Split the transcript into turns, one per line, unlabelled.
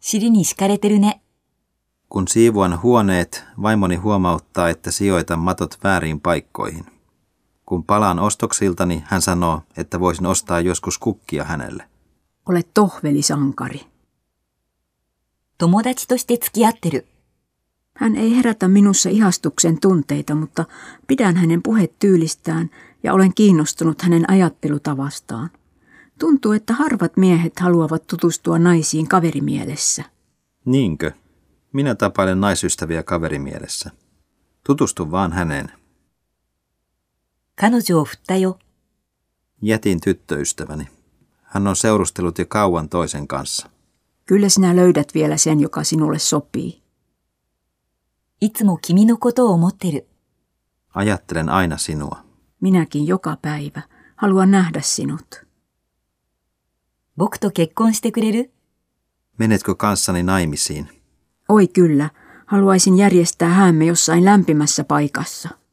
尻に敷かれてるね。
Kun siivoan huoneet, vaimoni huomauttaa, että sijoitan matot väärin paikkoihin. Kun palaan ostoksiltani, hän sanoo, että voisin ostaa joskus kukkia hänelle.
ole tohvelisankari.
友達として付き合ってる。
Hän ei herätä minussa ihastuksen tunteita, mutta pidän hänen puhetyylistään ja olen kiinnostunut hänen ajattelutavastaan. Tuntuu, että harvat miehet haluavat tutustua naisiin kaverimielessä.
Niinkö? Minä tapailen naisystäviä kaverimielessä. Tutustu vaan häneen.
彼女を振ったよ。
Jätin tyttöystäväni. Hän on seurustellut jo kauan toisen kanssa.
Kyllä sinä löydät vielä sen, joka sinulle sopii.
いつも君のことを思ってる。
Ajattelen aina sinua.
Minäkin joka päivä haluan nähdä sinut.
僕と結婚してくれる
Menetkö kanssani naimisiin?
Oi kyllä, haluaisin järjestää häämme jossain lämpimässä paikassa.